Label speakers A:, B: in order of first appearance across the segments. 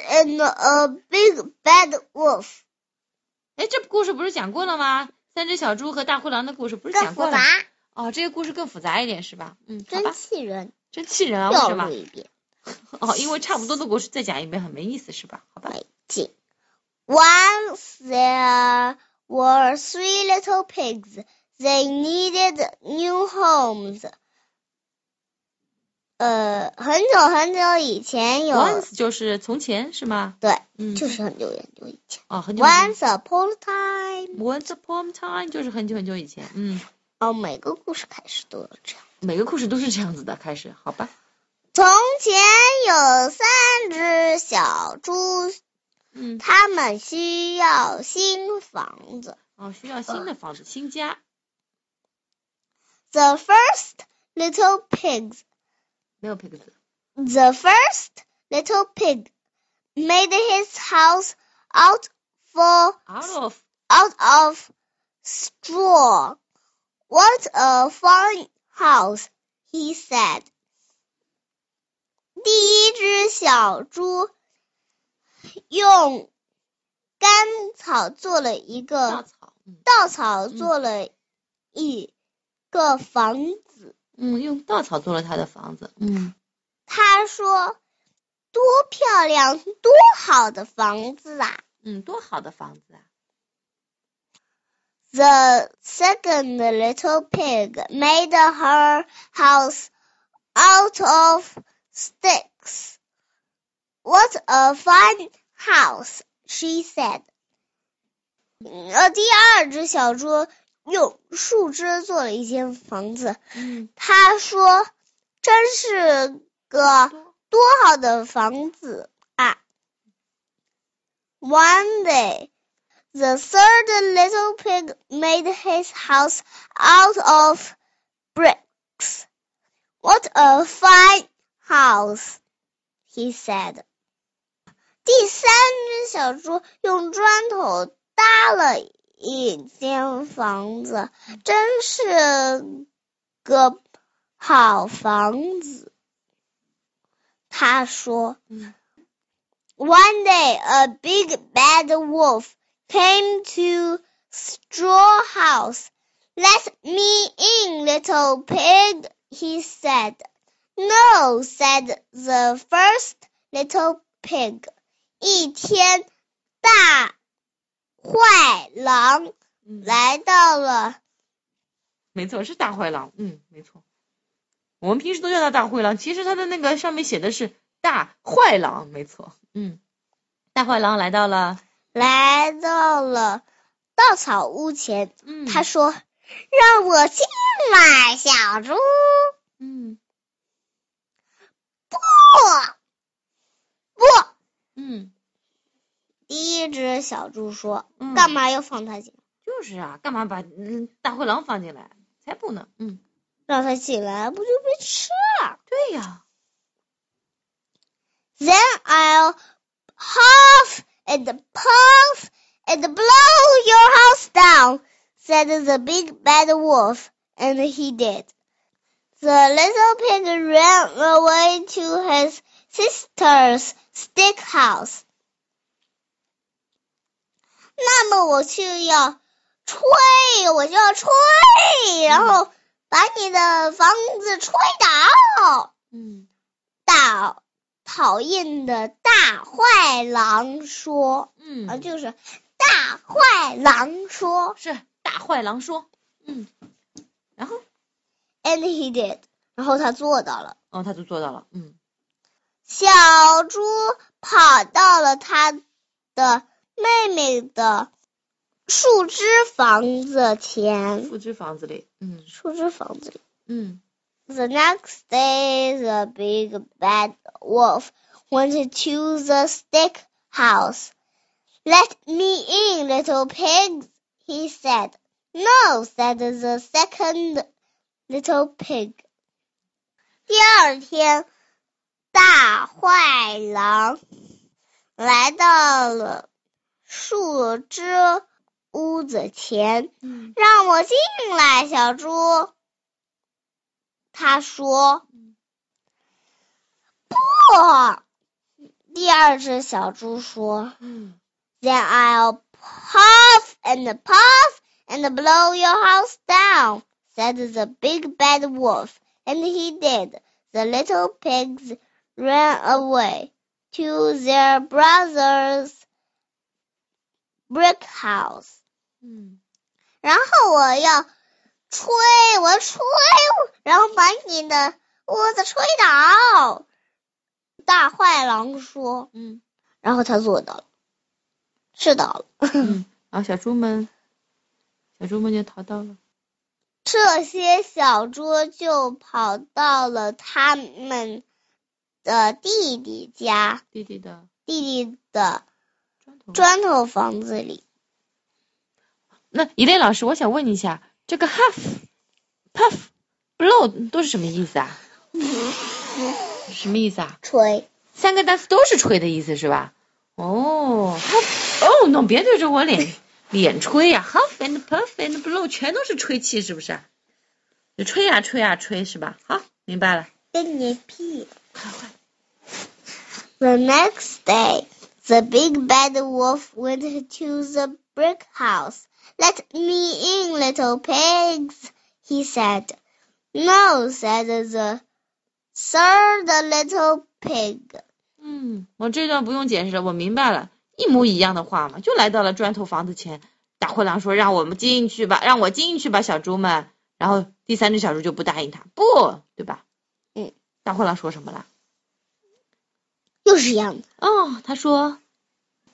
A: a big bad wolf.
B: 哎，这故事不是讲过了吗？三只小猪和大灰狼的故事不是
A: 更
B: 讲
A: 复
B: 过了吗？
A: 杂，
B: 哦，这个故事更复杂一点是吧？嗯，好
A: 真
B: 吧，
A: 气人，
B: 真气人啊，为
A: 又
B: 什
A: 录
B: 么？
A: 一遍。
B: 哦，因为差不多的故事再讲一遍很没意思是吧？好吧，
A: 请 Once there were three little pigs. They needed new homes. 呃，很久很久以前有
B: once 就是从前是吗？
A: 对，
B: 嗯，
A: 就是很久很久以前。
B: 哦，很久以
A: Once upon a time，
B: 前 once upon a time 就是很久很久以前，嗯，
A: 哦，每个故事开始都有这样。
B: 每个故事都是这样子的开始，好吧？
A: 从前有三只小猪，
B: 嗯，
A: 它们需要新房子。
B: 哦，需要新的房子，新家。
A: The first little pig
B: 没有 pig 字
A: The first little pig made his house out for
B: ，out of
A: out of straw. What a fine house, he said. 第一只小猪用干草做了一
B: 稻
A: 个
B: 草，嗯
A: 稻草，
B: 嗯
A: 做了一个房子。
B: 嗯，用稻草做了他的房子，嗯，
A: 他说：“多漂亮，多好的房子啊
B: 嗯，多好的房子啊！
A: ！”The second little pig made her house out of sticks. What a fine house, she said. 呃，第二只小猪用树枝做了一间房子，
B: 嗯，
A: 他说：“真是个
B: 多
A: 多好的房子啊！”One day, the third little pig made his house out of bricks. What a fine house! He said. 第三只小猪用砖头搭了一间房子，真是个好房子。他说
B: 嗯
A: ，One day a big bad wolf came to straw house. Let me in, little pig, he said. No, said the first little pig. 一天，大坏狼
B: 嗯，
A: 来到了。
B: 没错，是大灰狼，嗯，没错。我们平时都叫它大灰狼，其实它的那个上面写的是大坏狼，没错，嗯，大坏狼来到了，
A: 来到了稻草屋前，
B: 嗯，
A: 他说：“让我进来，小猪。
B: 嗯”
A: 不，不，
B: 嗯
A: 第一只小猪说：“
B: 嗯，
A: 干？嘛要放他进来？
B: 就是啊，干嘛把嗯大灰狼放进来？才不呢，嗯，
A: 让他进来不就被吃
B: 对呀，
A: ？”Then I'll huff and puff and blow your house down," said the big bad wolf, and he did. The little pig ran away to his sister's stick house. 那么我就要吹，我就要吹，然后把你的房子吹倒。
B: 嗯，
A: 大讨厌的大坏狼说，
B: 嗯，
A: 啊，就是大坏狼说
B: 是大坏狼说，嗯，然后，
A: ，and he did，然后他做到了。
B: 哦，他就做到了，嗯，
A: 小猪跑到了他的妹妹的树枝房子前，
B: 树枝房子里，嗯
A: 树枝房子里。
B: 嗯
A: The next day, the big bad wolf went to the stick house. Let me in, little pig, he said. No, said the second little pig. 第二天，大坏狼来到了树枝屋子前，
B: 嗯
A: 让我进来，小猪。他说：“不。”第二只小猪说
B: 嗯，
A: ：“Then I'll puff and puff and blow your house down," said the big bad wolf, and he did. The little pigs ran away to their brother's brick house.
B: 嗯，
A: 然后我要吹，我吹，然后把你的屋子吹倒。大坏狼说，
B: 嗯，
A: 然后他做到了，吃到了。
B: 嗯，然后小猪们，小猪们就逃到了，
A: 这些小猪就跑到了他们的弟弟家，
B: 弟弟的
A: 弟弟的
B: 砖头。
A: 砖头房子里。
B: 那一类老师，我想问一下，这个 huff、puff、blow 都是什么意思啊？什么意思啊？
A: 吹，
B: 三个单词都是吹的意思是吧？哦，huff，哦，no，别对着我脸脸吹呀、h u f f and puff and blow 全都是吹气是不是啊？就吹呀、吹呀、吹是吧？好，明白了，
A: 跟你屁。
B: 快快，
A: The next day, the big bad wolf went to the brick house. Let me in, little pigs, he said. No, said the third little pig.
B: 嗯，我这段不用解释了，我明白了，一模一样的话嘛，就来到了砖头房子前。大灰狼说：“让我们进去吧，让我进去吧，小猪们。”然后第三只小猪就不答应他，不对吧？
A: 嗯，
B: 大灰狼说什么了？
A: 又是一样的。
B: 哦，他说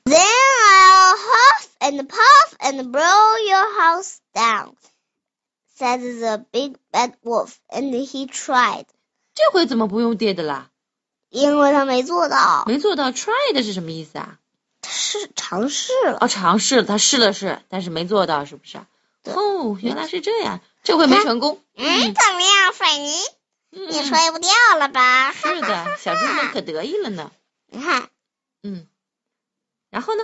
A: Then I'll huff and puff and blow your house down, said the big bad wolf, and he tried.
B: 这回怎么不用 did 啦？
A: 因为他没做到，
B: 没做到 try 的是什么意思啊？
A: 他是尝试了。
B: 哦，尝试了，他试了试，但是没做到，是不是啊？
A: 对
B: 哦，原来是这样，这回没成功。嗯
A: 嗯，怎么样，水泥？
B: 嗯，
A: 你吹不掉了吧？
B: 是的，小猪们可得意了呢。
A: 你看，
B: 嗯，然后呢？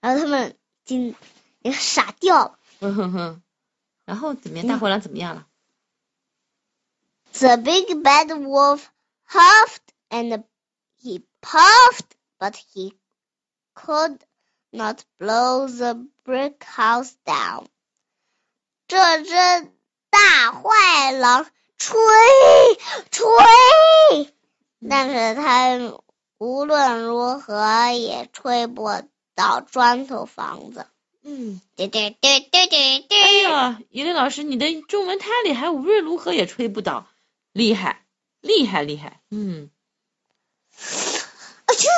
A: 然后他们今也傻掉了。
B: 哼哼哼， 然后怎么样？
A: 嗯
B: 大灰狼怎么样了？
A: The big bad wolf huffed and he puffed, but he could not blow the brick house down. 这只大坏狼吹吹，
B: 嗯
A: 但是它无论如何也吹不倒砖头房子。
B: 嗯，
A: 对对对对对对。
B: 哎呀，一类老师，你的中文太厉害，无论如何也吹不倒，厉害，厉害，厉害。嗯，
A: 啊啾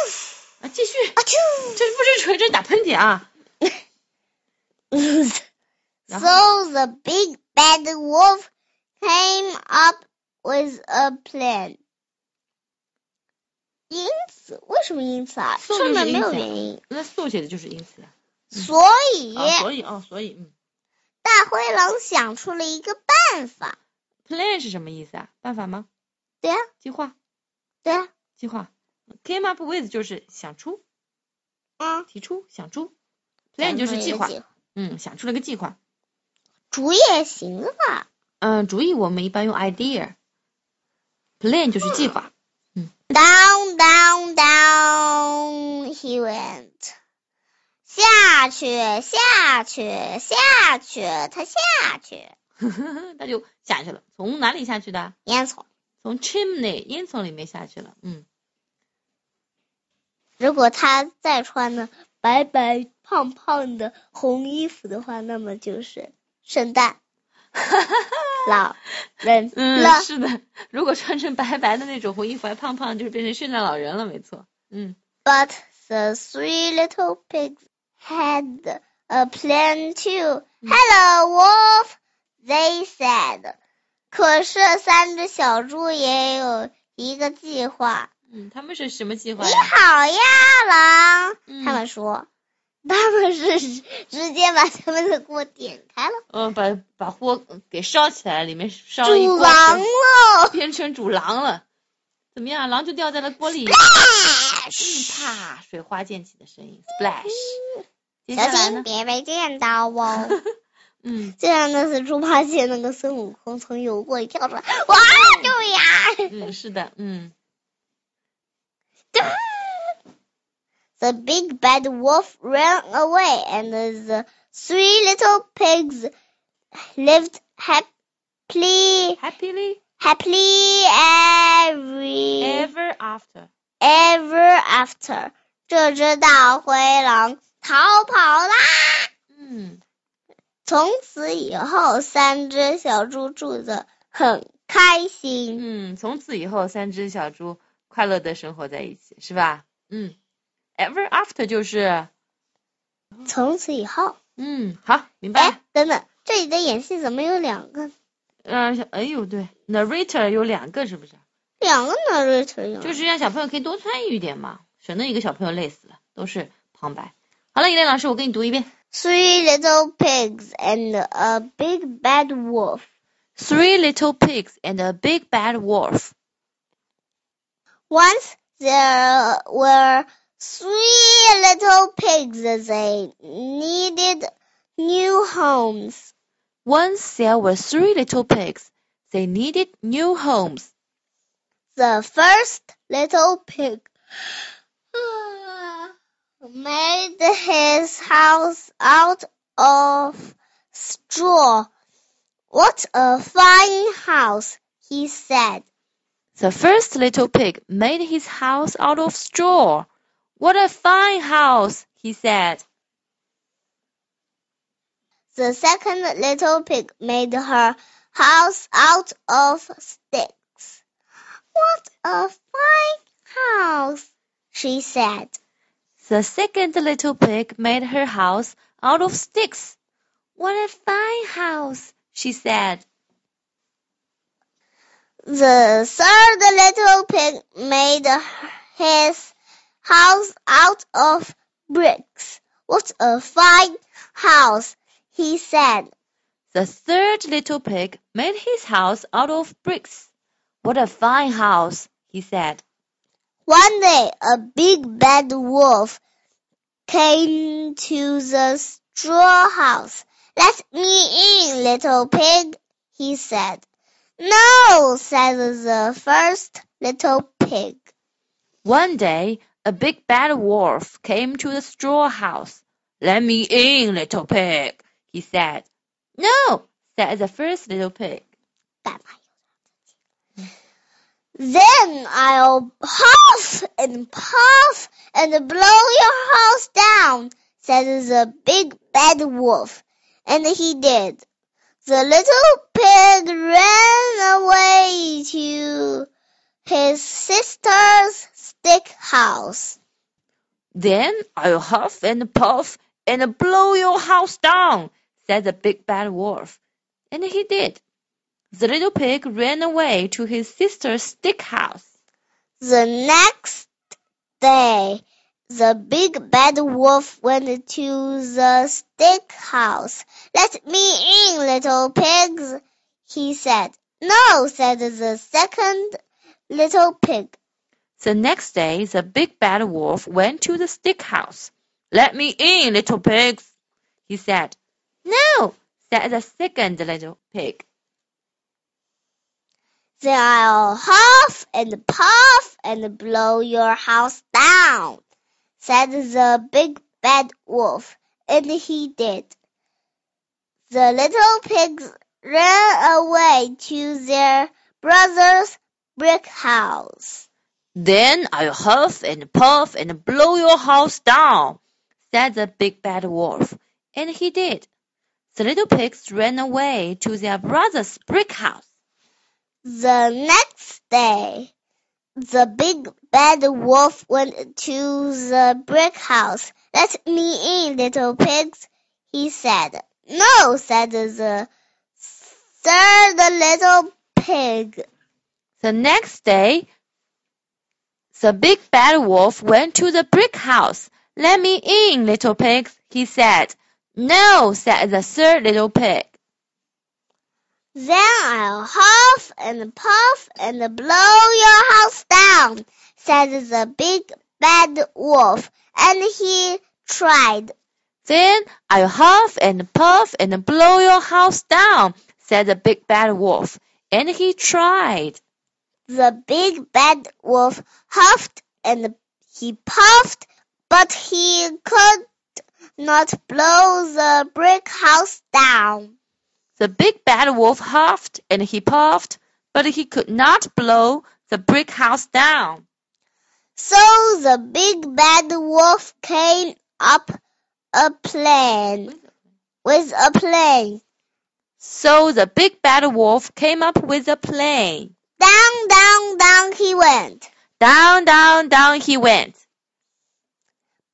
B: 啊，继续，
A: 啊啾。
B: 这不是吹，这是打喷嚏啊。
A: So
B: 然后，
A: the big bad wolf came up with a plan. 因此，为什么因此啊？
B: So
A: 上面
B: 就是
A: 没有
B: 因此啊
A: 原因，
B: 那速写的就是因此啊，
A: 所以、
B: 啊所以哦，所以嗯
A: 大灰狼想出了一个办法。
B: ，plan 是什么意思啊？办法吗？
A: 对呀、
B: 计划，
A: 对啊呀、
B: 计划，came up with 就是想出、
A: 啊，嗯，
B: 提出、想出，plan 就是计划，嗯，想出了个计划。
A: 竹叶行吧。
B: 嗯，主意我们一般用 idea，plan 就是计划。
A: Down, down, down he went. 下去，下去，下去，他下去，
B: 他就下去了，从哪里下去的？
A: 烟囱。
B: 从 chimney 烟囱里面下去了。嗯，
A: 如果他再穿的白白胖胖的红衣服的话，那么就是圣诞老人
B: 嗯
A: 了。
B: 是的，如果穿成白白的那种红衣服，还胖胖，就是变成圣诞老人了，没错。嗯
A: But the three little pigs had a plan
B: Mm.
A: too. Hello, wolf, they said. 可是三只小猪也有一个计划。
B: 嗯，他们是什么计划
A: 你
B: 呀？
A: 好呀，狼，
B: 嗯
A: 他们说。他们是直直接把他们的锅点开了。
B: 嗯，把把锅给烧起来，里面烧了一
A: 煮
B: 锅
A: 狼
B: 成，
A: 喽！
B: 变成煮狼了。怎么样？狼就掉在了锅里，嗯，啪，水花溅起的声音，splash。接
A: 小
B: 下来
A: 心
B: 呢？
A: 别被溅到 哦！
B: 嗯
A: 就像那次猪八戒那个孙悟空从油锅里跳
B: 嗯
A: 啊出来，哇，救呀！
B: 嗯，是的，嗯。
A: The big bad wolf ran away, and the three little pigs lived happily,
B: Happily
A: happily every
B: ever after.
A: ever after。这只大灰狼逃跑啦！
B: 嗯，
A: 从此以后，三只小猪住的很开心。
B: 嗯，从此以后，三只小猪快乐的生活在一起，是吧？嗯，ever after 就是，
A: 从此以后，
B: 嗯，好，明白了
A: 哎。，等等，这里的演戏怎么有两个？
B: 嗯、小哎呦，对，narrator 有两个是不是？
A: 两个 narrator 用啊
B: 就是让小朋友可以多参与一点嘛，省得一个小朋友累死了，都是旁白。好了，伊莲老师，我给你读一遍。
A: Three little pigs and a big bad wolf.
B: Three little pigs and a big bad wolf.
A: Once there were three little pigs. They needed new homes.
B: Once there were three little pigs. They needed new homes.
A: The first little pig made his house out of straw. What a fine house, he said.
B: The first little pig made his house out of straw. What a fine house, he said.
A: The second little pig made her house out of sticks. What a fine house, she said.
B: The second little pig made her house out of sticks. What a fine house, she said.
A: The third little pig made his house out of bricks. What a fine house, he said.
B: The third little pig made his house out of bricks. What a fine house, he said.
A: One day, a big bad wolf came to the straw house. Let me in, little pig, he said. No, said the first little pig.
B: One day, a big bad wolf came to the straw house. Let me in, little pig, he said. No, said the first little pig.
A: Then I'll huff and puff and blow your house down, said the big bad wolf. And he did. The little pig ran away to his sister's stick house.
B: Then I'll huff and puff and blow your house down, said the big bad wolf. And he did. The little pig ran away to his sister's stick house.
A: The next day, the big bad wolf went to the stick house. Let me in, little pigs, he said. No, said the second little pig.
B: The next day, the big bad wolf went to the stick house. Let me in, little pigs, he said. No, said the second little pig.
A: Then I'll huff and puff and blow your house down, said the big bad wolf, and he did. The little pigs ran away to their brother's brick house.
B: Then I'll huff and puff and blow your house down, said the big bad wolf. And he did. The little pigs ran away to their brother's brick house.
A: The next day, the big bad wolf went to the brick house. Let me in, little pigs, he said. No, said the third little pig.
B: The next day, the big bad wolf went to the brick house. Let me in, little pigs, he said. No, said the third little pig.
A: Then I'll huff and puff and blow your house down, said the big bad wolf, and he tried.
B: Then I'll huff and puff and blow your house down, said the big bad wolf. And he tried.
A: The big bad wolf huffed and he puffed, but he could not blow the brick house down.
B: The big bad wolf huffed and he puffed, but he could not blow the brick house down.
A: So the big bad wolf came up a plan with a plan.
B: So the big bad wolf came up with a plan.
A: Down, down, down he went.
B: Down, down, down he went.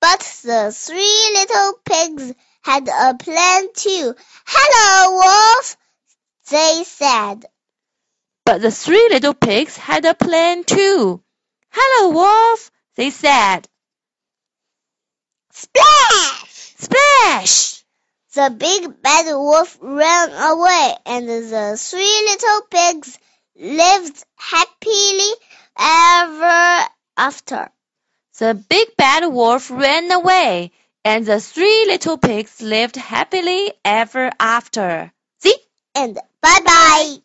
A: But the three little pigs had a plan too. Hello, wolf, they said.
B: But the three little pigs had a plan too. Hello, wolf, they said.
A: Splash!
B: Splash!
A: The big bad wolf ran away, and the three little pigs lived happily ever after.
B: The big bad wolf ran away, and the three little pigs lived happily ever after. See?
A: And bye bye!